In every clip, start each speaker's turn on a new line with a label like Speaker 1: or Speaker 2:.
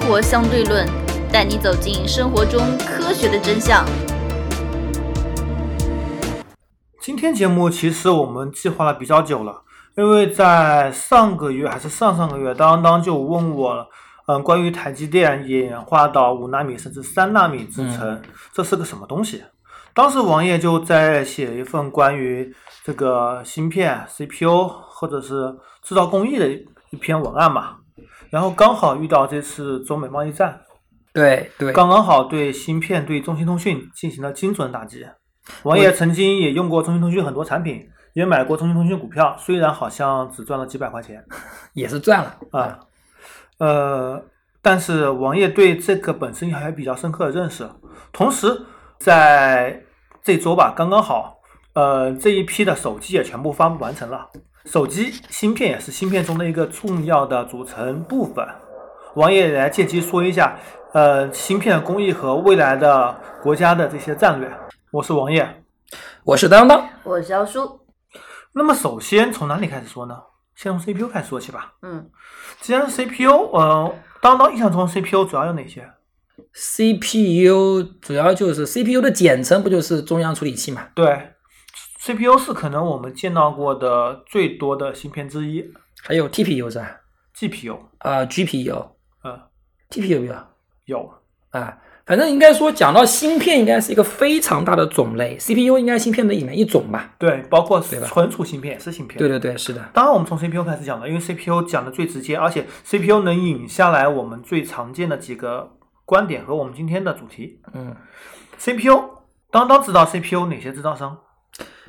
Speaker 1: 活相对论》，带你走进生活中科学的真相。
Speaker 2: 今天节目其实我们计划了比较久了，因为在上个月还是上上个月，当当就问我了，嗯，关于台积电演化到五纳米甚至三纳米制程，这是个什么东西？当时王爷就在写一份关于这个芯片、CPU 或者是制造工艺的一篇文案嘛，然后刚好遇到这次中美贸易战，
Speaker 3: 对对，
Speaker 2: 刚刚好对芯片、对中兴通讯进行了精准打击。王爷曾经也用过中兴通讯很多产品，也买过中兴通讯股票，虽然好像只赚了几百块钱
Speaker 3: 也是赚了。
Speaker 2: 啊，呃，但是王爷对这个本身还有比较深刻的认识。同时，在这周吧，刚刚好，呃，这一批的手机也全部发布完成了。手机芯片也是芯片中的一个重要的组成部分。王爷来借机说一下，呃，芯片的工艺和未来的国家的这些战略。我是王爷。
Speaker 3: 我是当当，
Speaker 1: 我是姚叔，
Speaker 2: 那么首先从哪里开始说呢？先从 CPU 开始说起吧。
Speaker 1: 嗯，
Speaker 2: 既然是 CPU，呃，当当印象中 CPU 主要有哪些？
Speaker 3: CPU 主要就是 CPU 的简称不就是中央处理器嘛？
Speaker 2: 对，CPU 是可能我们见到过的最多的芯片之一
Speaker 3: 还有 TPU 是吧？
Speaker 2: ，GPU，
Speaker 3: 啊、g p u
Speaker 2: 嗯，
Speaker 3: TPU 没有啊、
Speaker 2: 有，
Speaker 3: 反正应该说讲到芯片，应该是一个非常大的种类，CPU 应该芯片的里面一种吧？
Speaker 2: 对，包括
Speaker 3: 对吧
Speaker 2: 存储芯片也是芯片。
Speaker 3: 对对对，是的，
Speaker 2: 当然，我们从 CPU 开始讲的，因为 CPU 讲的最直接，而且 CPU 能引下来我们最常见的几个观点和我们今天的主题。
Speaker 3: 嗯。
Speaker 2: CPU，当当知道 CPU 哪些制造商？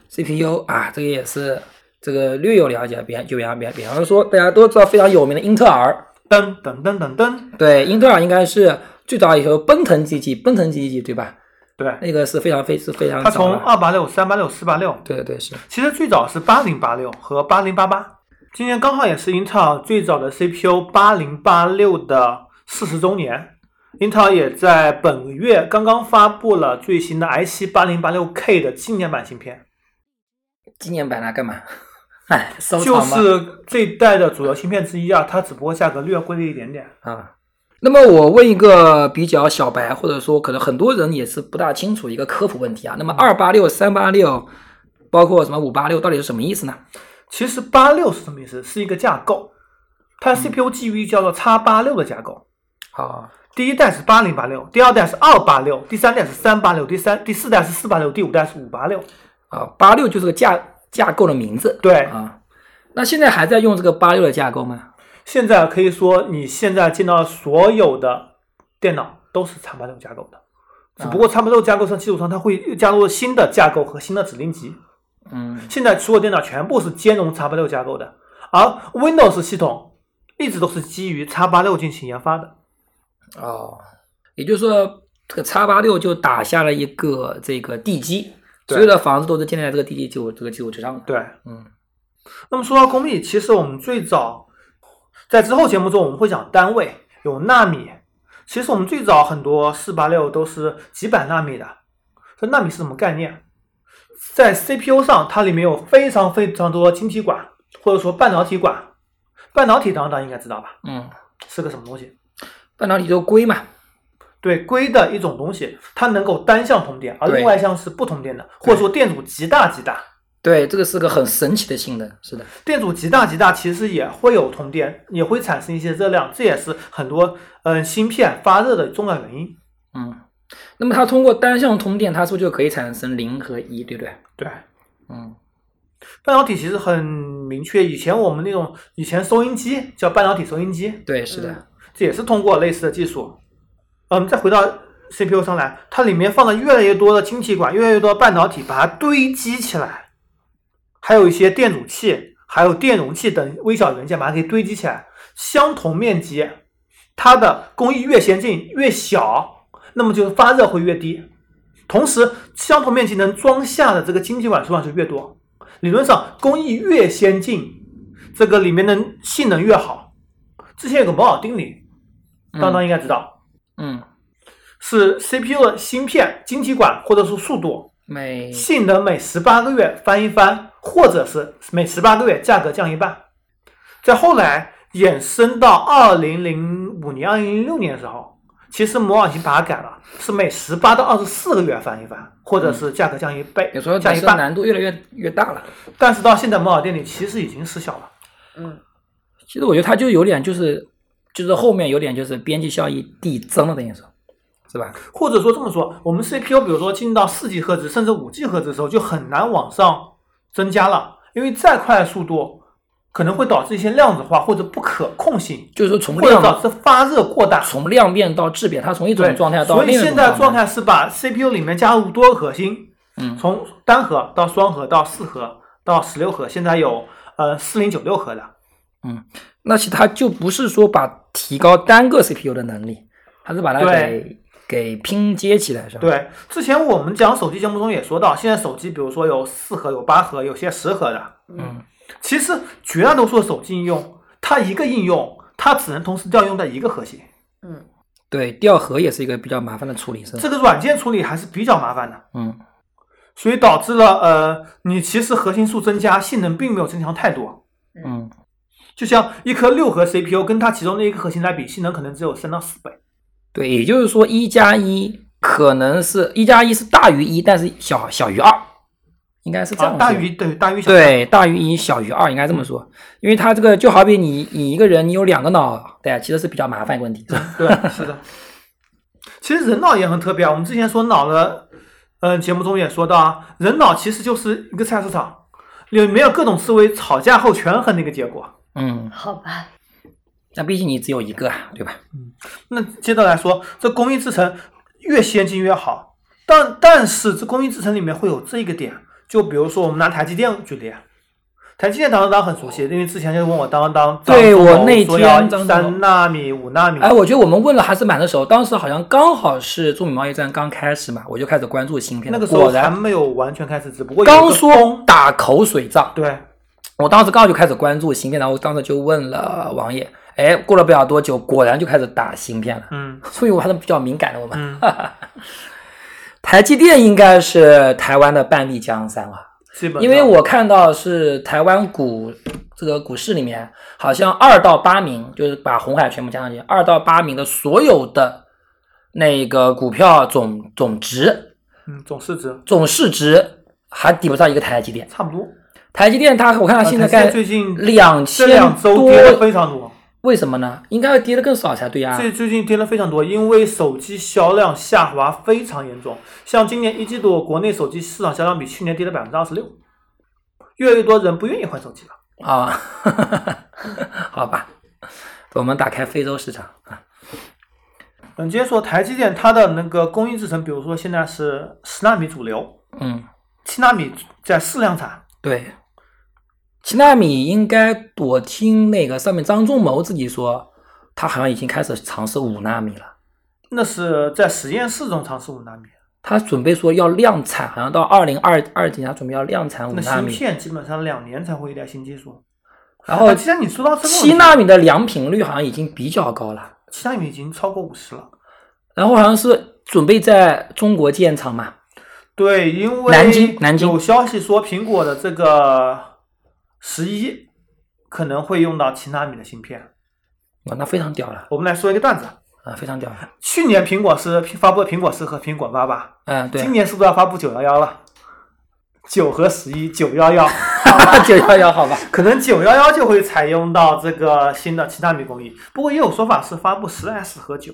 Speaker 3: CPU 啊，这个也是这个略有了解，比就比方比比方说，大家都知道非常有名的英特尔，
Speaker 2: 噔噔噔噔噔，
Speaker 3: 对，英特尔应该是最早以后奔腾机器，奔腾机器对吧？
Speaker 2: 对，
Speaker 3: 那个是非常非是非常
Speaker 2: 它
Speaker 3: 哎早
Speaker 2: 从
Speaker 3: 的，
Speaker 2: 二八六、三八六、四八六，
Speaker 3: 对对对是，
Speaker 2: 其实最早是八零八六和八零八八，今年刚好也是英特尔最早的 CPU 八零八六的四十周年。英特尔也在本个月刚刚发布了最新的 i7 八零八六 K 的纪念版芯片，
Speaker 3: 纪念版来干嘛？ 哎，收
Speaker 2: 就
Speaker 3: 藏嘛
Speaker 2: 是这一代的主流芯片之一啊，它只不过价格略贵了一点点。
Speaker 3: 啊。那么我问一个比较小白，或者说可能很多人也是不大清楚一个科普问题啊。那么二八六、三八六，包括什么五八六，到底是什么意思呢？
Speaker 2: 其实八六是什么意思？是一个架构，它
Speaker 3: 嗯
Speaker 2: CPU 基于叫做 x 八六的架构。
Speaker 3: 啊，
Speaker 2: 第一代是八零八六，第二代是二八六，第三代是三八六，第三第四代是四八六，第五代是五八六。
Speaker 3: 啊，八六就是个架架构的名字。
Speaker 2: 对，
Speaker 3: 啊，那现在还在用这个八六的架构吗？
Speaker 2: 现在可以说你现在见到的所有的电脑都是 x 八六架构的，只不过 x 八六架构上基础上它会加入新的架构和新的指令集。
Speaker 3: 嗯，
Speaker 2: 现在所有电脑全部是兼容 x 八六架构的，而 Windows 系统一直都是基于 x 八六进行研发的。
Speaker 3: 哦，也就是说，这个叉八六就打下了一个这个地基，
Speaker 2: 对
Speaker 3: 所有的房子都是建立在这个地基基础这个基础之上的。
Speaker 2: 对，
Speaker 3: 嗯，
Speaker 2: 那么说到工艺，其实我们最早在之后节目中我们会讲单位，有纳米。其实我们最早很多四八六都是几百纳米的。这纳米是什么概念？在 CPU 上，它里面有非常非常多晶体管，或者说半导体管。半导体当然大家应该知道吧，
Speaker 3: 嗯，
Speaker 2: 是个什么东西？
Speaker 3: 半导体就硅嘛，
Speaker 2: 对，硅的一种东西，它能够单向通电，而
Speaker 3: 对
Speaker 2: 另外一项是不通电的，或者说电阻极大极大。
Speaker 3: 对，这个是个很神奇的性能，是的，
Speaker 2: 电阻极大极大，其实也会有通电，也会产生一些热量，这也是很多嗯芯片发热的重要原因。
Speaker 3: 嗯。那么它通过单向通电，它是不是就可以产生零和一，对不对？
Speaker 2: 对，
Speaker 3: 嗯，
Speaker 2: 半导体其实很明确，以前我们那种以前收音机叫半导体收音机，
Speaker 3: 对，是的，
Speaker 1: 嗯
Speaker 2: 这也是通过类似的技术。嗯，再回到 CPU 上来，它里面放了越来越多的晶体管，越来越多的半导体，把它堆积起来，还有一些电阻器、还有电容器等微小元件，把它给堆积起来。相同面积，它的工艺越先进越小，那么就是发热会越低。同时，相同面积能装下的这个晶体管数量就越多。理论上，工艺越先进，这个里面的性能越好。之前有个摩尔定律，
Speaker 3: 嗯
Speaker 2: 当当应该知道，
Speaker 3: 嗯，
Speaker 2: 是 CPU 的芯片、晶体管或者是速度
Speaker 3: 每
Speaker 2: 性能每十八个月翻一番，或者是每十八个月价格降一半。在后来衍生到二零零五年、二零零六年的时候，其实摩尔已经把它改了，是每十八到二十四个月翻一翻，或者是价格降一倍
Speaker 3: 也说，
Speaker 2: 降一
Speaker 3: 但是
Speaker 2: 半。
Speaker 3: 难度越来越越大了。
Speaker 2: 但是到现在摩尔店里其实已经失效了。
Speaker 1: 嗯，
Speaker 3: 其实我觉得它就有点就是就是后面有点就是边际效益递增了，等于说，是吧？
Speaker 2: 或者说这么说，我们 CPU 比如说进到四 G 赫兹甚至五 G 赫兹的时候，就很难往上增加了，因为再快的速度可能会导致一些量子化或者不可控性，
Speaker 3: 就是说从
Speaker 2: 或者导
Speaker 3: 量
Speaker 2: 致发热过大。
Speaker 3: 从量变到质变，它从一种
Speaker 2: 对，
Speaker 3: 状态到
Speaker 2: 所以
Speaker 3: 另一种
Speaker 2: 现在状
Speaker 3: 状
Speaker 2: 态
Speaker 3: 态。
Speaker 2: 是把 CPU 里面加入多个核心，
Speaker 3: 嗯
Speaker 2: 从单核到双核到四核到十六核，现在有呃四零九六核的。
Speaker 3: 那其实它就不是说把提高单个 CPU 的能力，它是把它给
Speaker 2: 对
Speaker 3: 给拼接起来，是吧？，
Speaker 2: 对，之前我们讲手机节目中也说到，现在手机比如说有四核、有八核、有些十核的，
Speaker 3: 嗯，
Speaker 2: 其实绝大多数的手机应用，它一个应用它只能同时调用在一个核心，
Speaker 1: 嗯
Speaker 3: 对，调和也是一个比较麻烦的处理，是吧？
Speaker 2: 这个软件处理还是比较麻烦的，
Speaker 3: 嗯，
Speaker 2: 所以导致了呃，你其实核心数增加，性能并没有增强太多。
Speaker 3: 嗯，
Speaker 2: 就像一颗六核 CPU 跟它其中的一个核心来比，性能可能只有三到四倍。
Speaker 3: 对，也就是说一加一可能是一加一是大于一，但是小小于二，应该是这
Speaker 2: 啊，
Speaker 3: 样子、
Speaker 2: 大于对大于小。
Speaker 3: 对大于一小于二，应该这么说，因为它这个就好比你你一个人你有两个脑袋，其实是比较麻烦一个问题，是吧？
Speaker 2: 对，是的。其实人脑也很特别啊，我们之前说脑的，呃，节目中也说到啊，人脑其实就是一个菜市场，里面有各种思维吵架后权衡的一个结果。
Speaker 3: 嗯，
Speaker 1: 好吧，
Speaker 3: 那毕竟你只有一个啊，对吧？
Speaker 2: 那接着来说，这工艺制程越先进越好，但但是这工艺制程里面会有这一个点，就比如说我们拿台积电举例，啊台积电当当当很熟悉，因为之前就问我当当当，
Speaker 3: 对
Speaker 2: 张
Speaker 3: 我
Speaker 2: 忠谋
Speaker 3: 那
Speaker 2: 说
Speaker 3: 天
Speaker 2: 要
Speaker 3: 张忠谋
Speaker 2: 三纳米、五纳米，
Speaker 3: 哎，我觉得我们问了还是蛮的时候，当时好像刚好是中美贸易战刚开始嘛，我就开始关注芯片了。
Speaker 2: 那个时
Speaker 3: 果
Speaker 2: 候还
Speaker 3: 然
Speaker 2: 没有完全开始，只不过有一
Speaker 3: 刚
Speaker 2: 个
Speaker 3: 说
Speaker 2: 风
Speaker 3: 打口水仗，
Speaker 2: 对，
Speaker 3: 我当时刚好就开始关注芯片，然后我当时就问了王爷，哎，过了不了多久，果然就开始打芯片了。
Speaker 2: 嗯
Speaker 3: 所以我还是比较敏感的，我们。
Speaker 2: 嗯，
Speaker 3: 台积电应该是台湾的半壁江山啊，
Speaker 2: 基本
Speaker 3: 因为
Speaker 2: 上
Speaker 3: 我看到是台湾股这个股市里面，好像二到八名，就是把红海全部加上去，二到八名的所有的那个股票总总值、
Speaker 2: 嗯总市值
Speaker 3: 总市值还抵不上一个台积电。
Speaker 2: 差不多，呃
Speaker 3: 台积电它，我看它现在
Speaker 2: 台积
Speaker 3: 该
Speaker 2: 电最近
Speaker 3: 两
Speaker 2: 这
Speaker 3: 千
Speaker 2: 两周
Speaker 3: 多
Speaker 2: 跌，的非常多。
Speaker 3: 为什么呢？应该要跌得更少才对啊。
Speaker 2: 最最近跌了非常多，因为手机销量下滑非常严重。像今年一季度，国内手机市场销量比去年跌了百分之二十六，越来越多人不愿意换手机了。
Speaker 3: 啊， 好吧，我们打开非洲市场啊，
Speaker 2: 嗯，接着说台积电，它的那个工艺制程，比如说现在是十纳米主流，
Speaker 3: 嗯。
Speaker 2: 七纳米在试量产。
Speaker 3: 对，七纳米应该我听那个上面张仲谋自己说，他好像已经开始尝试五纳米了。
Speaker 2: 那是在实验室中尝试五纳米，
Speaker 3: 他准备说要量产，好像到二零二二几年他准备要量产五
Speaker 2: 那
Speaker 3: 纳
Speaker 2: 芯
Speaker 3: 米。
Speaker 2: 片基本上两年才会一代新技术。
Speaker 3: 然
Speaker 2: 啊，
Speaker 3: 后
Speaker 2: 既然你说到这个问题，
Speaker 3: 七纳米的良品率好像已经比较高了，
Speaker 2: 七纳米已经超过五十了。
Speaker 3: 然后好像是准备在中国建厂嘛。
Speaker 2: 对，因为
Speaker 3: 南京南京
Speaker 2: 有消息说苹果的这个十一可能会用到七纳米的芯片。
Speaker 3: 哇，那非常屌了
Speaker 2: 我们来说一个段子，
Speaker 3: 啊，非常屌了。
Speaker 2: 去年苹果是发布了苹果四和苹果八吧，
Speaker 3: 嗯，对
Speaker 2: 今，年是不是要发布九幺幺了？九和十一，九幺幺，
Speaker 3: 九幺幺好吧。
Speaker 2: 可能九幺幺就会采用到这个新的七纳米工艺。不过也有说法是发布十 S 和九，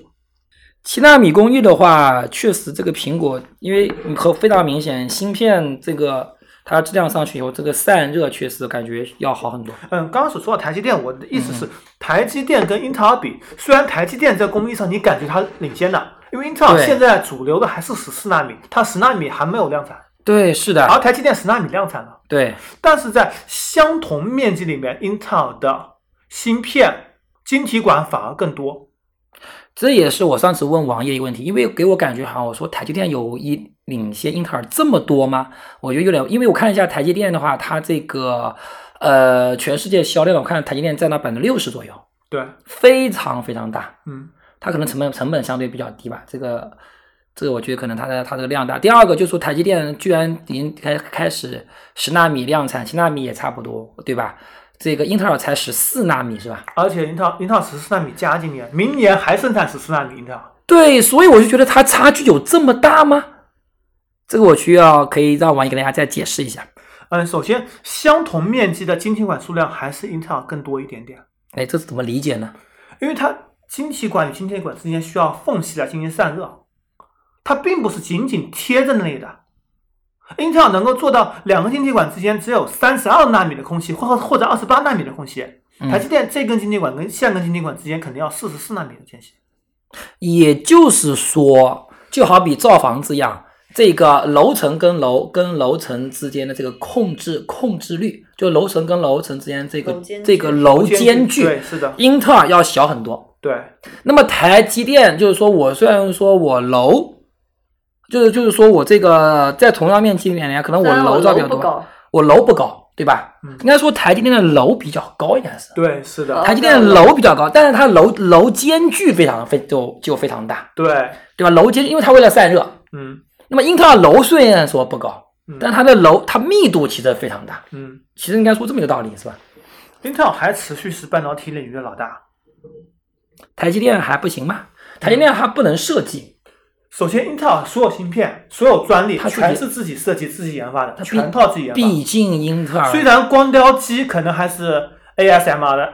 Speaker 3: 七纳米工艺的话，确实这个苹果，因为和非常明显，芯片这个它质量上去以后，这个散热确实感觉要好很多。
Speaker 2: 嗯，刚刚所说的台积电，我的意思是，台积电跟英特尔比，虽然台积电在工艺上你感觉它领先的，因为英特尔
Speaker 3: 对
Speaker 2: 现在主流的还是十四纳米，它十纳米还没有量产，
Speaker 3: 对，是
Speaker 2: 而
Speaker 3: 的，
Speaker 2: 台积电十纳米量产了，
Speaker 3: 对，
Speaker 2: 但是在相同面积里面，英特尔的芯片晶体管反而更多。
Speaker 3: 这也是我上次问王爷一个问题，因为给我感觉好像我说台积电有一领先英特尔这么多吗？我觉得有点，因为我看一下台积电的话，它这个呃全世界销量，我看台积电占到百分之六十左右，
Speaker 2: 对，
Speaker 3: 非常非常大。
Speaker 2: 嗯，
Speaker 3: 它可能成本成本相对比较低吧。这个这个我觉得可能它的它这个量大。第二个就是说台积电居然已经开开始十纳米量产，七纳米也差不多，对吧？这个英特尔才十四纳米是吧？
Speaker 2: 而且英特尔英特尔十四纳米加今年，明年还生产十四纳米英特尔。
Speaker 3: 对，所以我就觉得它差距有这么大吗？这个我需要可以让网易给大家再解释一下。
Speaker 2: 嗯，首先相同面积的晶体管数量还是英特尔更多一点点，
Speaker 3: 哎，这是怎么理解呢？
Speaker 2: 因为它晶体管与晶体管之间需要缝隙啊来进行散热，它并不是紧紧贴在那里的。英特尔能够做到两个晶体管之间只有三十二纳米的空隙，或或者二十八纳米的空隙。
Speaker 3: 嗯
Speaker 2: 台积电这根晶体管跟下根晶体管之间肯定要四十四纳米的间隙。
Speaker 3: 也就是说，就好比造房子一样，这个楼层跟楼跟楼层之间的这个控制控制率，就楼层跟楼层之间这个
Speaker 1: 楼间距
Speaker 3: 这个楼间
Speaker 2: 对，
Speaker 3: 距，
Speaker 2: 是的，
Speaker 3: 英特尔要小很多。
Speaker 2: 对，
Speaker 3: 那么台积电就是说我虽然说我楼，就是就是说我这个在同样面积里面，可能我
Speaker 1: 虽然
Speaker 3: 楼
Speaker 1: 我
Speaker 3: 造比较
Speaker 1: 楼不
Speaker 3: 多，
Speaker 1: 高，
Speaker 3: 我楼不高，对吧？
Speaker 2: 嗯
Speaker 3: 应该说台积电的楼比较高，应该是
Speaker 2: 对，是的，
Speaker 1: 好
Speaker 3: 台积电的楼比较高，但是它楼楼间距非常非就就非常大。
Speaker 2: 对，
Speaker 3: 对吧？楼间，因为它为了散热，
Speaker 2: 嗯
Speaker 3: 那么英特尔楼虽然说不高，
Speaker 2: 嗯
Speaker 3: 但它的楼它密度其实非常大。
Speaker 2: 嗯。
Speaker 3: 其实应该说这么一个道理是吧？
Speaker 2: 英特尔还持续是半导体领域的老大。
Speaker 3: 台积电还不行吗？台积电它不能设计，
Speaker 2: 首先，英特尔所有芯片、所有专利
Speaker 3: 它自己
Speaker 2: 全是自己设计、自己研发的，
Speaker 3: 它
Speaker 2: 全套自己研发。
Speaker 3: 毕竟英特
Speaker 2: 虽
Speaker 3: 尔。
Speaker 2: 然光雕机可能还是 ASMR 的，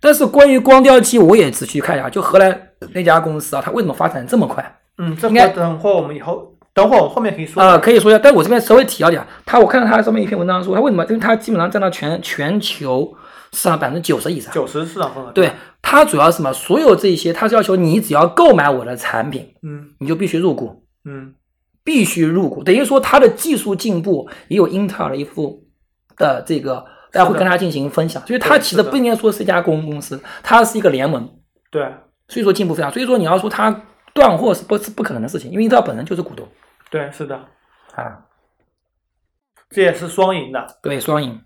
Speaker 3: 但是关于光雕机，我也仔细看一下，就荷兰那家公司啊，它为什么发展这么快？
Speaker 2: 嗯，这
Speaker 3: 应
Speaker 2: 个
Speaker 3: 该
Speaker 2: 等会儿我们以后，等会儿我们后面可以说。
Speaker 3: 呃，可以说一下，但我这边稍微提到点，它我看到它上面一篇文章说，它为什么？因为它基本上占到全全球市场百分之九十以上。
Speaker 2: 九十市场份额。
Speaker 3: 对，，它主要是什么？所有这些，它是要求你只要购买我的产品，
Speaker 2: 嗯
Speaker 3: 你就必须入股。
Speaker 2: 嗯，
Speaker 3: 必须入股，等于说它的技术进步也有英特尔的一副的这个，大家会跟它进行分享，所以它
Speaker 2: 对
Speaker 3: 其
Speaker 2: 是
Speaker 3: 实
Speaker 2: 的
Speaker 3: 不应该说是一家公公司，它是一个联盟，
Speaker 2: 对
Speaker 3: 所以说进步非常，所以说你要说它断货是不是不可能的事情，因为英特尔本身就是股东
Speaker 2: 对，是的，
Speaker 3: 啊，
Speaker 2: 这也是双赢的。
Speaker 3: 对，双赢，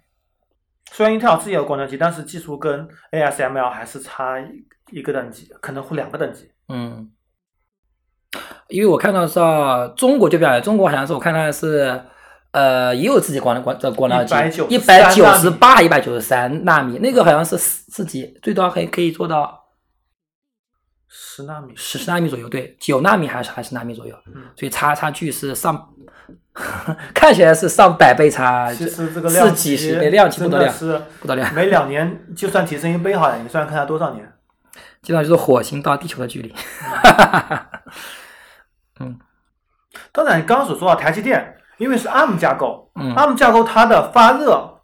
Speaker 2: 虽然英特尔自己有光雕机，但是技术跟 ASML 还是差一一个等级，可能会两个等级。
Speaker 3: 嗯，因为我看到是啊中国就不要了，中国好像是我看它是。呃，也有自己光光的光料机，
Speaker 2: 193
Speaker 3: 一百九十八、一百九十三纳米，那个好像是自己最高可以可以做到
Speaker 2: 十纳米，
Speaker 3: 十纳米左右，对，九纳米还是还是纳米左右，
Speaker 2: 嗯
Speaker 3: 所以差差距是上， 看起来是上百倍差，
Speaker 2: 其
Speaker 3: 距，
Speaker 2: 实这个量
Speaker 3: 是几
Speaker 2: 级
Speaker 3: 十倍量级不
Speaker 2: 真
Speaker 3: 得
Speaker 2: 的
Speaker 3: 了
Speaker 2: 是
Speaker 3: 不得了，
Speaker 2: 每两年就算提升一倍好了，你算看它多少年。
Speaker 3: 基本上就是火星到地球的距离。
Speaker 2: 当然，你刚刚所说到台积电，因为是 ARM 架构、
Speaker 3: 嗯
Speaker 2: a r m 架构它的发热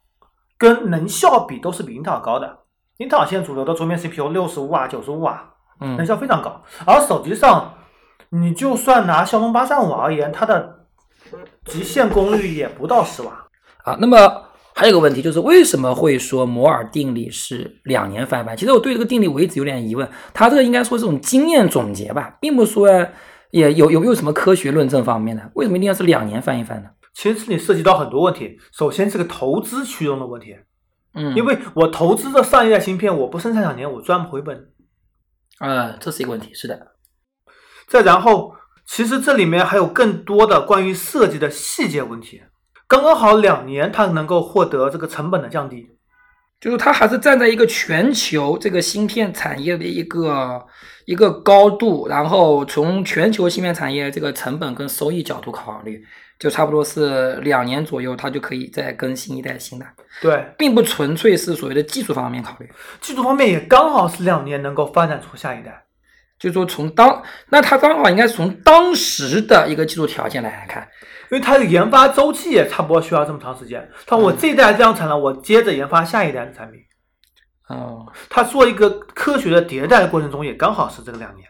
Speaker 2: 跟能效比都是比英特尔高的。英特尔现在主流的桌面 CPU 六十五瓦、九十五瓦，能
Speaker 3: 嗯，
Speaker 2: 效非常高。而手机上，你就算拿骁龙八三五而言，它的极限功率也不到十瓦。
Speaker 3: 啊，那么还有一个问题就是为什么会说摩尔定理是两年翻番？其实我对这个定理我一直有点疑问，它这个应该说是一种经验总结吧，并不是说也有有有什么科学论证方面的，为什么一定要是两年翻一翻呢？
Speaker 2: 其实这里涉及到很多问题，首先是个投资驱动的问题，
Speaker 3: 嗯，
Speaker 2: 因为我投资的上一代芯片，我不生产两年，我赚不回本。
Speaker 3: 呃，这是一个问题，是的，
Speaker 2: 再然后，其实这里面还有更多的关于设计的细节问题。刚刚好两年，它能够获得这个成本的降低。
Speaker 3: 就是它还是站在一个全球这个芯片产业的一个一个高度，然后从全球芯片产业这个成本跟收益角度考虑，就差不多是两年左右，它就可以再更新一代新的，
Speaker 2: 对，
Speaker 3: 并不纯粹是所谓的技术方面考虑。
Speaker 2: 技术方面也刚好是两年能够发展出下一代。
Speaker 3: 就是说从当那它刚好应该是从当时的一个技术条件来看，
Speaker 2: 因为它的研发周期也差不多需要这么长时间。它我这一代量产了，我接着研发下一代的产品。
Speaker 3: 哦、
Speaker 2: 它做一个科学的迭代的过程中，也刚好是这个两年。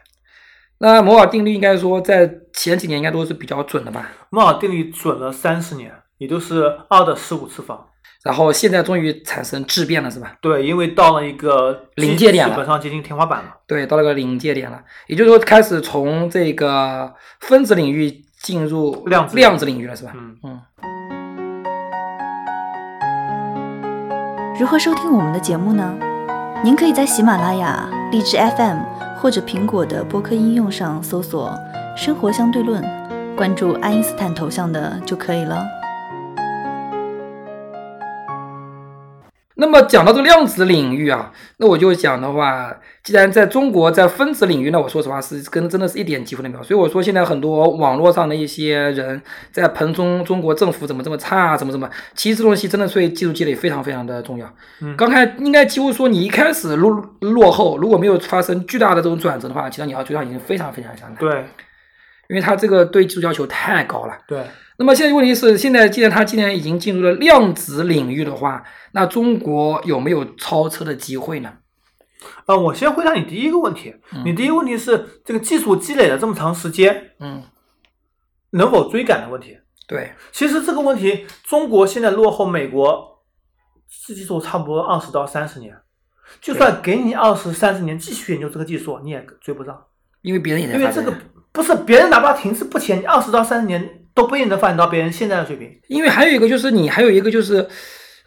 Speaker 3: 那摩尔定律应该说在前几年应该都是比较准的吧，
Speaker 2: 摩尔定律准了三十年，也就是二的十五次方。
Speaker 3: 然后现在终于产生质变了是吧？
Speaker 2: 对，因为到了一个
Speaker 3: 临界点了
Speaker 2: 基本上接近天花板了。
Speaker 3: 对，到了个临界点了，也就是说开始从这个分子领域进入
Speaker 2: 量子
Speaker 3: 量子领域了，是吧？
Speaker 2: 嗯
Speaker 3: 嗯，
Speaker 1: 如何收听我们的节目呢？您可以在喜马拉雅、荔枝 FM 或者苹果的播客应用上搜索“生活相对论”，关注爱因斯坦头像的就可以了。
Speaker 3: 那么讲到这个量子领域啊，那我就讲的话，既然在中国在分子领域，那我说实话是跟真的是一点机会都没有。所以我说现在很多网络上的一些人在盆中中国政府怎么这么差、啊，怎么怎么，其实这东西真的对技术积累非常非常的重要。
Speaker 2: 嗯
Speaker 3: 刚才应该几乎说你一开始落落后，如果没有发生巨大的这种转折的话，其实你要追上已经非常非常非常难，
Speaker 2: 对
Speaker 3: 因为它这个对技术要求太高了。
Speaker 2: 对，
Speaker 3: 那么现在问题是，现在既然它既然已经进入了量子领域的话，那中国有没有超车的机会呢？
Speaker 2: 呃，我先回答你第一个问题，你第一个问题是这个技术积累了这么长时间，
Speaker 3: 嗯，
Speaker 2: 能否追赶的问题。
Speaker 3: 对，
Speaker 2: 其实这个问题，中国现在落后美国，这技术差不多二十到三十年，就算给你二十三十年继续研究这个技术，你也追不上，
Speaker 3: 因为别人也在
Speaker 2: 因为
Speaker 3: 发
Speaker 2: 这
Speaker 3: 展啊
Speaker 2: 个不是别人哪怕停滞不前，你二十到三十年都不一定能发展到别人现在的水平。
Speaker 3: 因为还有一个就是你还有一个就是，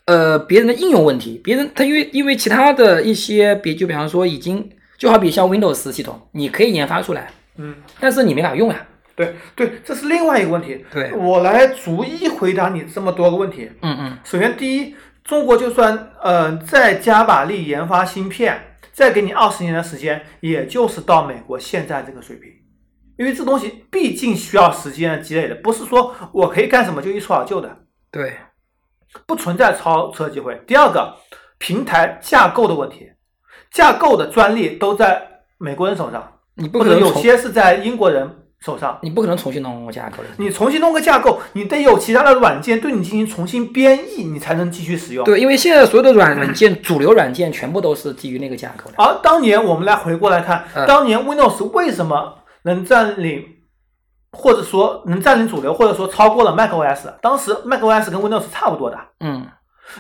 Speaker 3: 呃，别人的应用问题，别人他因为因为其他的一些，比就比方说已经就好比像 Windows 系统，你可以研发出来，
Speaker 2: 嗯，
Speaker 3: 但是你没法用呀、
Speaker 2: 对对，这是另外一个问题。
Speaker 3: 对
Speaker 2: 我来逐一回答你这么多个问题。
Speaker 3: 嗯嗯，
Speaker 2: 首先，第一，中国就算呃再加把力研发芯片，再给你二十年的时间，也就是到美国现在这个水平，因为这东西毕竟需要时间积累的，不是说我可以干什么就一蹴而就的，
Speaker 3: 对，
Speaker 2: 不存在超车机会。第二个，平台架构的问题，架构的专利都在美国人手上，
Speaker 3: 你不
Speaker 2: 或
Speaker 3: 可
Speaker 2: 者
Speaker 3: 能
Speaker 2: 有
Speaker 3: 重
Speaker 2: 些是在英国人手上。
Speaker 3: 你不可能重新弄架构的，
Speaker 2: 你重新弄个架构，你得有其他的软件对你进行重新编译，你才能继续使用。
Speaker 3: 对，因为现在所有的软软件主流软件全部都是基于那个架构的，
Speaker 2: 而当年我们来回过来看，
Speaker 3: 嗯
Speaker 2: 当年 Windows 为什么能占领，或者说能占领主流，或者说超过了 macOS？当时 macOS 跟 Windows 差不多的，
Speaker 3: 嗯，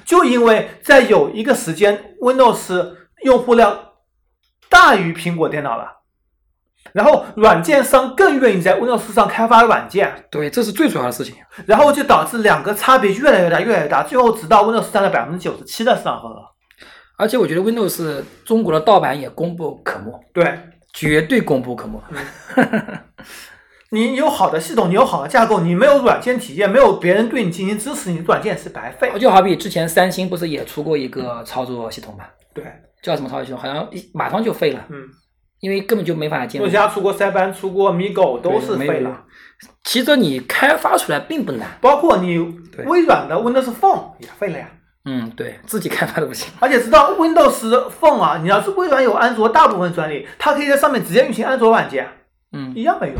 Speaker 2: 就因为在有一个时间，Windows 用户量大于苹果电脑了，然后软件商更愿意在 Windows 上开发软件，
Speaker 3: 对，这是最主要的事情。
Speaker 2: 然后就导致两个差别越来越大，越来越大，最后直到 Windows 占了百分之九十七的市场份额。
Speaker 3: 而且我觉得 Windows 中国的盗版也功不可没，
Speaker 2: 对，
Speaker 3: 绝对功不可没。
Speaker 2: 嗯你有好的系统，你有好的架构，你没有软件体验，没有别人对你进行支持，你的软件是白费。
Speaker 3: 就好比之前三星不是也出过一个操作系统嘛，
Speaker 2: 对，
Speaker 3: 叫什么操作系统？好像一马上就废了，
Speaker 2: 嗯，
Speaker 3: 因为根本就没法兼
Speaker 2: 诺
Speaker 3: 容
Speaker 2: 基。亚出过塞班，出过米狗，都是废
Speaker 3: 对没有
Speaker 2: 了
Speaker 3: 用。其实你开发出来并不难，
Speaker 2: 包括你
Speaker 3: 对
Speaker 2: 微软的 Windows Phone 也废了呀。
Speaker 3: 嗯，对自己开发的不行。
Speaker 2: 而且知道 Windows Phone 啊，你要是微软有安卓大部分专利，它可以在上面直接运行安卓软件，
Speaker 3: 嗯，
Speaker 2: 一样没用。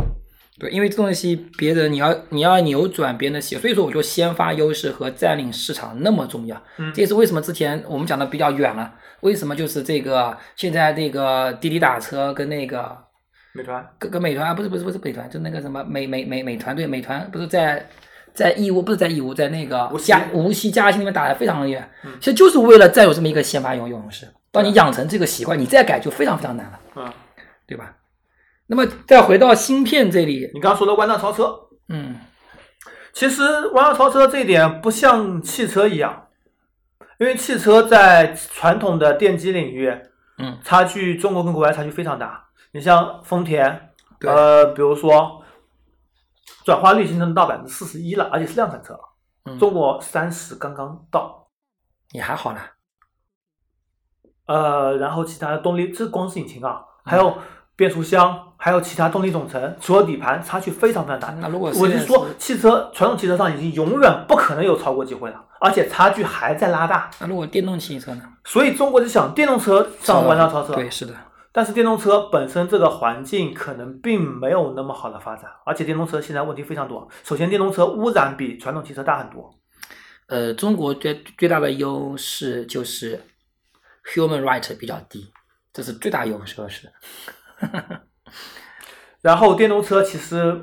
Speaker 3: 对，因为这东西别人你要你要扭转别人的血，所以说我就先发优势和占领市场那么重要。
Speaker 2: 嗯
Speaker 3: 这也是为什么之前我们讲的比较远了，为什么就是这个现在这个滴滴打车跟那个
Speaker 2: 美团，
Speaker 3: 跟跟美团啊，不是不是不是美团，就那个什么美美美美团对美团不是在在义乌不是在义乌，在那个
Speaker 2: 无锡嗯
Speaker 3: 嘉无锡嘉兴那边打得非常的远，其实就是为了再有这么一个先发游泳式。当
Speaker 2: 啊
Speaker 3: 你养成这个习惯，你再改就非常非常难了，
Speaker 2: 嗯，
Speaker 3: 对吧？那么再回到芯片这里，
Speaker 2: 你刚刚说的弯道超车，
Speaker 3: 嗯，
Speaker 2: 其实弯道超车这一点不像汽车一样，因为汽车在传统的电机领域，
Speaker 3: 嗯，
Speaker 2: 差距中国跟国外差距非常大。你像丰田，
Speaker 3: 对
Speaker 2: 呃，比如说转化率已经能到百分之四十一了，而且是量产车，
Speaker 3: 嗯
Speaker 2: 中国三十刚刚到。
Speaker 3: 也还好啦，
Speaker 2: 呃，然后其他的动力，这光是引擎啊，
Speaker 3: 嗯
Speaker 2: 还有变速箱，还有其他动力总成，除了底盘，差距非常非常大。
Speaker 3: 啊那如果
Speaker 2: 我是
Speaker 3: 现在
Speaker 2: 说，汽车传统汽车上已经永远不可能有超过机会了，而且差距还在拉大。
Speaker 3: 那如果电动汽车呢？
Speaker 2: 所以中国就想电动车上弯道超车，
Speaker 3: 对，是的，
Speaker 2: 但是电动车本身这个环境可能并没有那么好的发展，而且电动车现在问题非常多。首先，电动车污染比传统汽车大很多。
Speaker 3: 呃，中国最最大的优势就是 human right 比较低，这是最大优势是。
Speaker 2: 然后电动车其实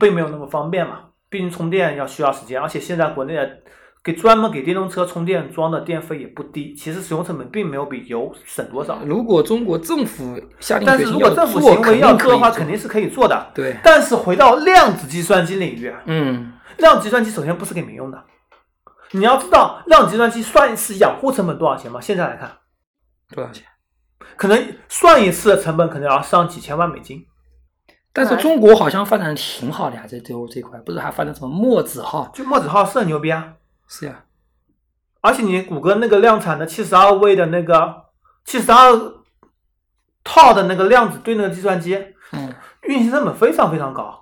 Speaker 2: 并没有那么方便嘛，毕竟充电要需要时间，而且现在国内的给专门给电动车充电桩的电费也不低，其实使用成本并没有比油省多少。
Speaker 3: 如果中国政府下定
Speaker 2: 但
Speaker 3: 决
Speaker 2: 是
Speaker 3: 心
Speaker 2: 如
Speaker 3: 要
Speaker 2: 果政府
Speaker 3: 做
Speaker 2: 行为要
Speaker 3: 肯定可
Speaker 2: 做的
Speaker 3: 以
Speaker 2: 话，
Speaker 3: 做
Speaker 2: 肯定是可以做的。
Speaker 3: 对，
Speaker 2: 但是回到量子计算机领域，啊
Speaker 3: 嗯，
Speaker 2: 量子计算机首先不是给民用的，你要知道量子计算机算一次养护成本多少钱吗？现在来看，
Speaker 3: 多少钱？
Speaker 2: 可能算一次的成本可能要上几千万美金。
Speaker 3: 但是中国好像发展的挺好的呀，在这这块不是还发展什么墨子号？
Speaker 2: 就墨子号是很牛逼啊，
Speaker 3: 是呀，
Speaker 2: 而且你谷歌那个量产的七十二位的那个七十二套的那个量子对那个计算机
Speaker 3: 嗯
Speaker 2: 运行成本非常非常高。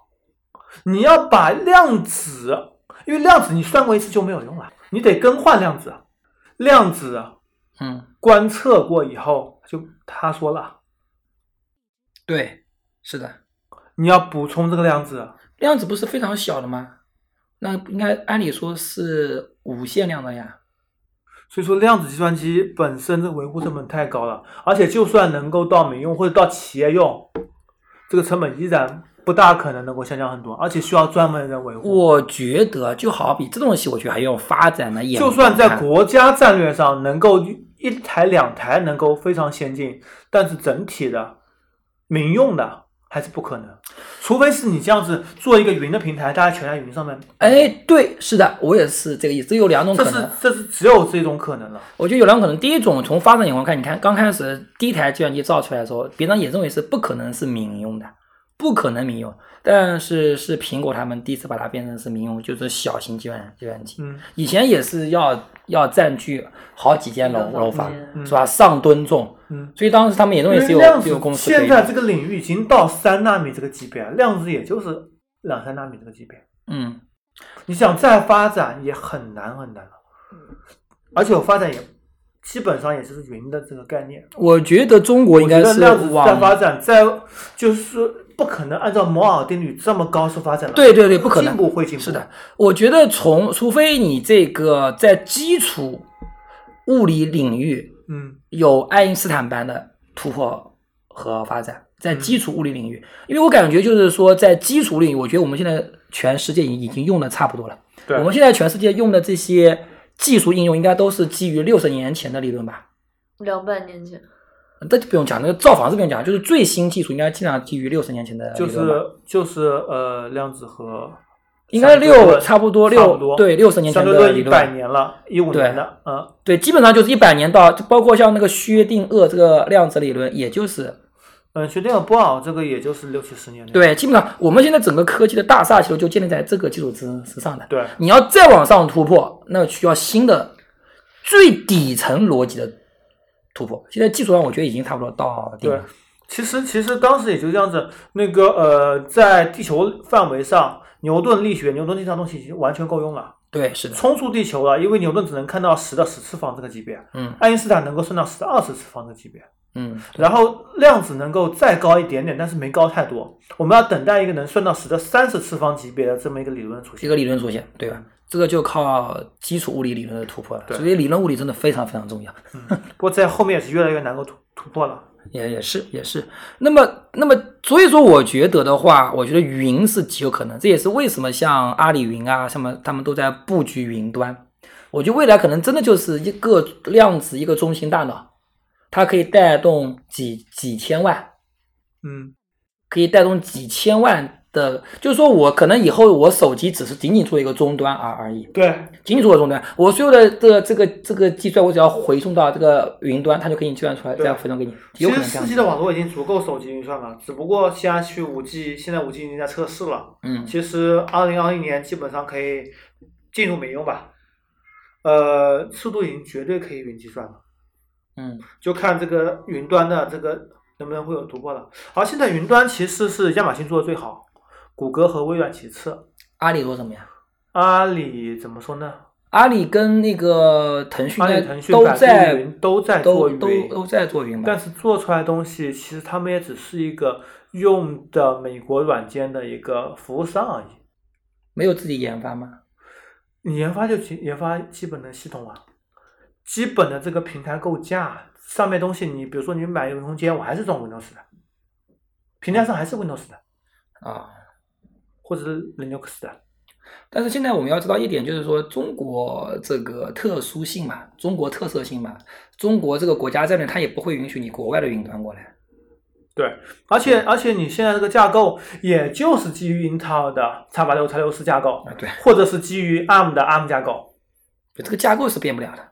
Speaker 2: 你要把量子，因为量子你算过一次就没有用了，你得更换量子。量子
Speaker 3: 嗯，
Speaker 2: 观测过以后，就他说了，
Speaker 3: 对，是的，
Speaker 2: 你要补充这个量子，
Speaker 3: 量子不是非常小的吗？那应该按理说是无限量的呀。
Speaker 2: 所以说量子计算机本身的维护成本太高了，而且就算能够到民用或者到企业用，这个成本依然不大可能能够下降很多，而且需要专门人维护。
Speaker 3: 我觉得就好比这种东西，我觉得还要发展的眼
Speaker 2: 就
Speaker 3: 光
Speaker 2: 算在
Speaker 3: 看
Speaker 2: 国家战略上能够一台两台能够非常先进，但是整体的民用的还是不可能，除非是你这样子做一个云的平台，大家全在云上面。
Speaker 3: 哎，对，是的，我也是这个意思。这有两种
Speaker 2: 这
Speaker 3: 可
Speaker 2: 是
Speaker 3: 能，
Speaker 2: 这是只有这种可能了。
Speaker 3: 我觉得有两种可能。第一种，从发展眼光看，你看刚开始第一台计算机造出来的时候，别人也认为是不可能是民用的，不可能民用。但是是苹果他们第一次把它变成是民用，就是小型计算计算机。
Speaker 2: 嗯，
Speaker 3: 以前也是要要占据好几间楼楼房，
Speaker 2: 嗯
Speaker 3: 是吧？上吨重，
Speaker 2: 嗯
Speaker 3: 所以当时他们也认
Speaker 2: 因
Speaker 3: 为
Speaker 2: 为
Speaker 3: 是有
Speaker 2: 量
Speaker 3: 是有公
Speaker 2: 子
Speaker 3: 司可
Speaker 2: 现
Speaker 3: 以
Speaker 2: 在这个领域已经到三纳米这个级别了，量子也就是两三纳米这个级别，
Speaker 3: 嗯。
Speaker 2: 你想再发展也很难很难了。
Speaker 3: 嗯
Speaker 2: 而且我发展也基本上也就是云的这个概念，
Speaker 3: 我觉得中国应该
Speaker 2: 我觉得
Speaker 3: 是
Speaker 2: 量子再发
Speaker 3: 往
Speaker 2: 展再就是说不可能按照摩尔定律这么高速发展了，，
Speaker 3: 对对对，不可能
Speaker 2: 进，步会进步，
Speaker 3: 是的，，我觉得从除非你这个在基础物理领域
Speaker 2: 嗯
Speaker 3: 有爱因斯坦般的突破和发展，在
Speaker 2: 嗯
Speaker 3: 基础物理领域，因为我感觉就是说在基础领域，我觉得我们现在全世界已已经用的差不多了。
Speaker 2: 对
Speaker 3: 我们现在全世界用的这些技术应用，应该都是基于六十年前的理论吧？
Speaker 4: 两百年前，
Speaker 3: 这就不用讲，那个造房子不用讲，就是最新技术应该尽量基于六十年前的理
Speaker 2: 就
Speaker 3: 论吧。
Speaker 2: 是就是呃量子和
Speaker 3: 应该
Speaker 2: 相对
Speaker 3: 六
Speaker 2: 论
Speaker 3: 差不多
Speaker 2: 差不
Speaker 3: 六
Speaker 2: 多
Speaker 3: 对六十年
Speaker 2: 相
Speaker 3: 前
Speaker 2: 对
Speaker 3: 的
Speaker 2: 论
Speaker 3: 理
Speaker 2: 一
Speaker 3: 论
Speaker 2: 百，年了，一五
Speaker 3: 对
Speaker 2: 年的，嗯，
Speaker 3: 对，基本上就是一百年到，就包括像那个薛定谔这个量子理论，也就是
Speaker 2: 嗯，薛定谔波尔这个也就是六七十年内，
Speaker 3: 对，基本上我们现在整个科技的大厦其实就建立在这个基础之之上的。
Speaker 2: 对
Speaker 3: 你要再往上突破，那需要新的最底层逻辑的突破。现在技术上，我觉得已经差不多到顶
Speaker 2: 对
Speaker 3: 了。，
Speaker 2: 其实其实当时也就这样子，那个呃，在地球范围上，牛顿力学、牛顿这套东西已经完全够用了，
Speaker 3: 对，是的，
Speaker 2: 冲出地球了，因为牛顿只能看到十的十次方这个级别，
Speaker 3: 嗯
Speaker 2: 爱因斯坦能够算到十的二十次方这个级别，
Speaker 3: 嗯，
Speaker 2: 然后量子能够再高一点点，但是没高太多，我们要等待一个能算到十的三十次方级别的这么一个理论出
Speaker 3: 一
Speaker 2: 现。
Speaker 3: 个理论出现，对吧？这个就靠基础物理理论的突破了。
Speaker 2: 对
Speaker 3: 所以理论物理真的非常非常重要。
Speaker 2: 嗯不过在后面也是越来越难够突突破了。
Speaker 3: 也也是也是，那么那么，所以说我觉得的话，我觉得云是极有可能，这也是为什么像阿里云啊，什么他们都在布局云端。我觉得未来可能真的就是一个量子一个中心大脑，它可以带动几几千万，
Speaker 2: 嗯，
Speaker 3: 可以带动几千万的，就是说我可能以后我手机只是仅仅做一个终端而而已，
Speaker 2: 对，
Speaker 3: 仅仅做个终端，我所有的这个这个这个计算，我只要回送到这个云端，它就可以计算出来，
Speaker 2: 对
Speaker 3: 再回送给你，
Speaker 2: 其
Speaker 3: 有
Speaker 2: 实
Speaker 3: 可能这样
Speaker 2: 四
Speaker 3: 子
Speaker 2: G 的网络已经足够手机运算了，只不过现在去五 G，现在五 G 已经在测试了。
Speaker 3: 嗯
Speaker 2: 其实二零二一年基本上可以进入民用吧，呃，速度已经绝对可以云计算了，
Speaker 3: 嗯。
Speaker 2: 就看这个云端的这个能不能会有突破了。而现在云端其实是亚马逊做的最好，谷歌和微软其次，
Speaker 3: 阿里做什么呀？
Speaker 2: 阿里怎么说呢？
Speaker 3: 阿里跟那个腾讯
Speaker 2: 阿
Speaker 3: 应
Speaker 2: 里、
Speaker 3: 该
Speaker 2: 腾讯、
Speaker 3: 都
Speaker 2: 百度
Speaker 3: 在
Speaker 2: 云都在做
Speaker 3: 都
Speaker 2: 云，
Speaker 3: 都都在做云吧
Speaker 2: 但？是做出来的东西，其实他们也只是一个用的美国软件的一个服务商而已。
Speaker 3: 没有自己研发吗？
Speaker 2: 你研发就基研发基本的系统啊，基本的这个平台构架上面东西你，比如说你买一个云空啊间，我还是装 Windows 的，平台上还是 Windows 的，
Speaker 3: 啊，
Speaker 2: 或者是 Linux 的。
Speaker 3: 但是现在我们要知道一点，就是说中国这个特殊性嘛，中国特色性嘛，中国这个国家战略它也不会允许你国外的云端过来。
Speaker 2: 对，而且而且你现在这个架构，也就是基于英特尔的 x 八六、x 六四架构，
Speaker 3: 啊，对，
Speaker 2: 或者是基于 ARM 的 ARM 架构。
Speaker 3: 这个架构是变不了的，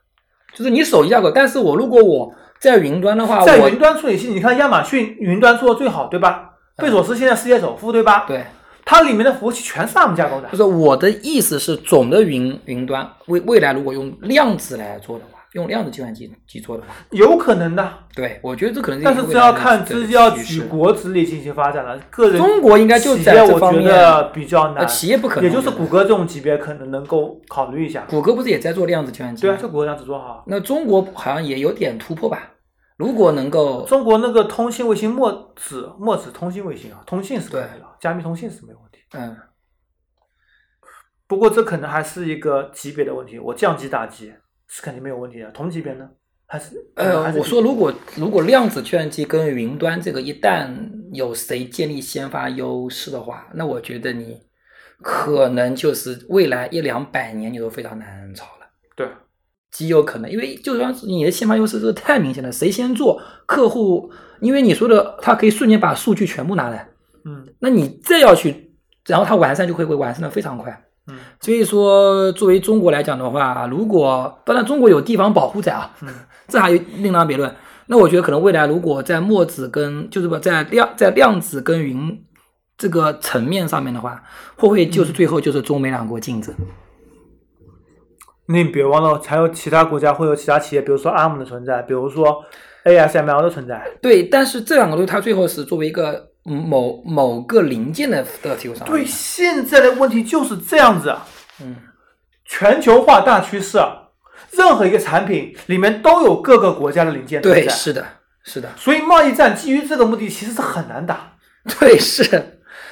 Speaker 3: 就是你手机架构。但是我如果我在云端的话，
Speaker 2: 在
Speaker 3: 啊我
Speaker 2: 云端处理器，你看亚马逊云端做的最好，对吧？贝索斯现在世界首富，对吧？
Speaker 3: 对
Speaker 2: 它里面的服务器全是 ARM 架构的
Speaker 3: 不。是我的意思是，总的云云端未未来如果用量子来做的话，用量子计算机机做的话，
Speaker 2: 有可能的，
Speaker 3: 对我觉得这可能
Speaker 2: 但
Speaker 3: 是
Speaker 2: 是
Speaker 3: 一
Speaker 2: 这
Speaker 3: 个未来
Speaker 2: 要
Speaker 3: 的
Speaker 2: 看
Speaker 3: 这个
Speaker 2: 这要
Speaker 3: 趋
Speaker 2: 举
Speaker 3: 势
Speaker 2: 国之力进行发展了。个人
Speaker 3: 中国应该就
Speaker 2: 企
Speaker 3: 在
Speaker 2: 业，
Speaker 3: 这
Speaker 2: 我
Speaker 3: 方
Speaker 2: 觉
Speaker 3: 面
Speaker 2: 得比较
Speaker 3: 呃
Speaker 2: 难，
Speaker 3: 企业不可能，
Speaker 2: 也就是谷歌这种级别可能能够考虑一下。
Speaker 3: 谷歌不是也在做量子计算机
Speaker 2: 对
Speaker 3: 吗？
Speaker 2: 啊，这谷歌这样子做好。
Speaker 3: 那中国好像也有点突破吧？如果能够
Speaker 2: 中国那个通信卫星墨子，墨子通信卫星啊，通信是可以
Speaker 3: 对
Speaker 2: 的，加密通信是没有问题。
Speaker 3: 嗯
Speaker 2: 不过这可能还是一个级别的问题，我降级打击是肯定没有问题的。同级别呢，还是
Speaker 3: 呃，我说如
Speaker 2: 果。
Speaker 3: 果如果量子计算机跟云端这个一旦有谁建立先发优势的话，那我觉得你可能就是未来一两百年你都非常难炒了。
Speaker 2: 对，
Speaker 3: 极有可能，因为就算是你的先发优势，这个太明显了，谁先做，客户，因为你说的，他可以瞬间把数据全部拿来，
Speaker 2: 嗯
Speaker 3: 那你再要去，然后它完善就会会完善的非常快。
Speaker 2: 嗯
Speaker 3: 所以说，作为中国来讲的话，如果当然中国有地方保护在啊，
Speaker 2: 嗯
Speaker 3: 这还有另当别论。那我觉得可能未来如果在墨子跟就是不在量在量子跟云这个层面上面的话，会不会就是最后就是中美两国竞争？
Speaker 2: 那你别忘了，还有其他国家会有其他企业，比如说 ARM 的存在，比如说 ASML 的存在。
Speaker 3: 对，但是这两个东西它最后是作为一个嗯某某个零件的的提供商。
Speaker 2: 对，，现在的问题就是这样子啊，
Speaker 3: 嗯，
Speaker 2: 全球化大趋势啊，任何一个产品里面都有各个国家的零件存
Speaker 3: 对，
Speaker 2: 在，
Speaker 3: 是的，是的，
Speaker 2: 所以贸易战基于这个目的其实是很难打。
Speaker 3: 对，是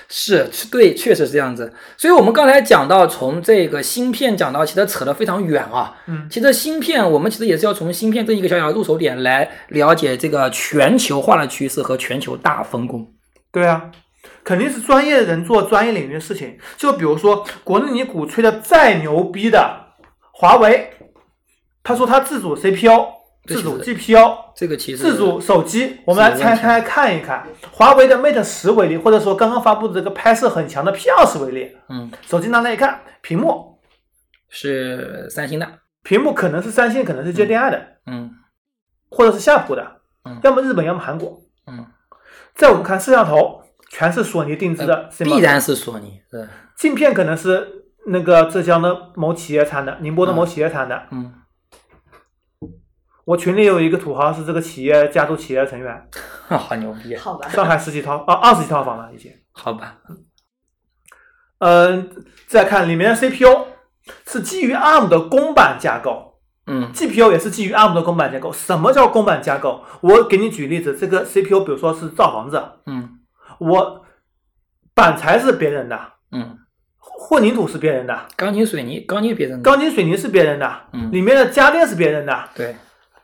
Speaker 3: 是，是对，确实是这样子。所以我们刚才讲到，从这个芯片讲到，其实扯得非常远啊。
Speaker 2: 嗯
Speaker 3: 其实芯片，我们其实也是要从芯片这一个小小的入手点来了解这个全球化的趋势和全球大分工。
Speaker 2: 对啊，肯定是专业人做专业领域的事情。就比如说，国内你鼓吹的再牛逼的华为，他说他自主 CPU、
Speaker 3: 这
Speaker 2: 自主
Speaker 3: 是
Speaker 2: GPU、
Speaker 3: 这个其实
Speaker 2: 自主手机，我们来拆开看一看。华为的 Mate 十为例，或者说刚刚发布的这个拍摄很强的 P 二十为例，
Speaker 3: 嗯，
Speaker 2: 手机拿来一看，屏幕，
Speaker 3: 是三星的，
Speaker 2: 屏幕可能是三星，可能是 JDI 的，
Speaker 3: 嗯
Speaker 2: 或者是夏普的
Speaker 3: 嗯，
Speaker 2: 要么日本，要么韩国。
Speaker 3: 嗯，
Speaker 2: 再我们看摄像头，全是索尼定制的，是吗
Speaker 3: 呃必然是索尼，是，
Speaker 2: 镜片可能是那个浙江的某企业产的，宁波的某企业产的。
Speaker 3: 嗯。
Speaker 2: 我群里有一个土豪是这个企业家族企业成 员，
Speaker 3: 好牛逼啊！
Speaker 1: 好吧，
Speaker 2: 上海十几套啊二十几套房了已经。
Speaker 3: 好吧，
Speaker 2: 嗯，再看里面的 CPU 是基于 ARM 的公版架构
Speaker 3: 嗯
Speaker 2: ，GPU 也是基于 ARM 的公版架构。什么叫公版架构？我给你举例子，这个 CPU 比如说是造房子，
Speaker 3: 嗯
Speaker 2: 我板材是别人的，
Speaker 3: 嗯，
Speaker 2: 混凝土是别人的，
Speaker 3: 钢筋水泥，钢筋别人的，
Speaker 2: 钢筋水泥是别人的，
Speaker 3: 嗯
Speaker 2: 里面的家电是别人的，
Speaker 3: 对，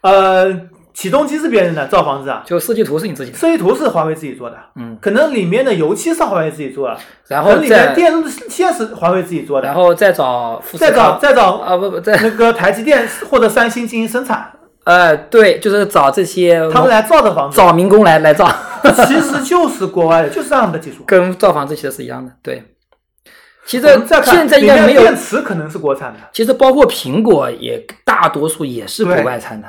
Speaker 2: 呃，起重机是别人的，造房子啊，
Speaker 3: 就设计图是你自己的，
Speaker 2: 设计图是华为自己做的，
Speaker 3: 嗯，
Speaker 2: 可能里面的油漆是华为自己做的，
Speaker 3: 然
Speaker 2: 可
Speaker 3: 后
Speaker 2: 能里面
Speaker 3: 再
Speaker 2: 电路线是华为自己做
Speaker 3: 然
Speaker 2: 的，
Speaker 3: 后再找富士
Speaker 2: 再找
Speaker 3: 康，
Speaker 2: 再找
Speaker 3: 啊不不再
Speaker 2: 那个台积电或者三星进行生产，
Speaker 3: 呃对，就是找这些
Speaker 2: 他们来造的房子，
Speaker 3: 找民工来来造，
Speaker 2: 其实就是国外的，就是他们的技术。
Speaker 3: 跟造房子其实是一样的，对。其实
Speaker 2: 我们再看
Speaker 3: 现在应
Speaker 2: 里面
Speaker 3: 该
Speaker 2: 的
Speaker 3: 没有，
Speaker 2: 电池可能是国产的，
Speaker 3: 其实包括苹果也大多数也是国
Speaker 2: 对
Speaker 3: 外产的，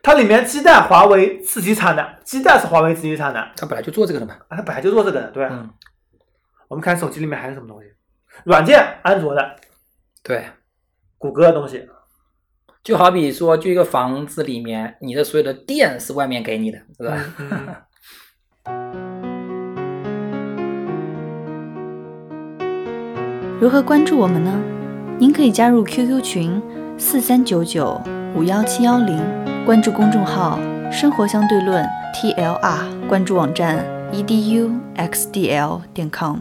Speaker 2: 它里面鸡蛋华为自己产的，鸡蛋是华为自己产的，啊，
Speaker 3: 它本来就做这个的嘛，
Speaker 2: 它本来就做这个的，对吧。
Speaker 3: 嗯，
Speaker 2: 我们看手机里面还有什么东西，软件安卓的，
Speaker 3: 对。
Speaker 2: 谷歌的东西，
Speaker 3: 就好比说，就一个房子里面，你的所有的电是外面给你的，是吧？
Speaker 2: 嗯
Speaker 1: 如何关注我们呢？您可以加入 QQ 群四三九九五幺七幺零，关注公众号“生活相 E 对论 ”TLR，关注网站 eduxdl 点 com。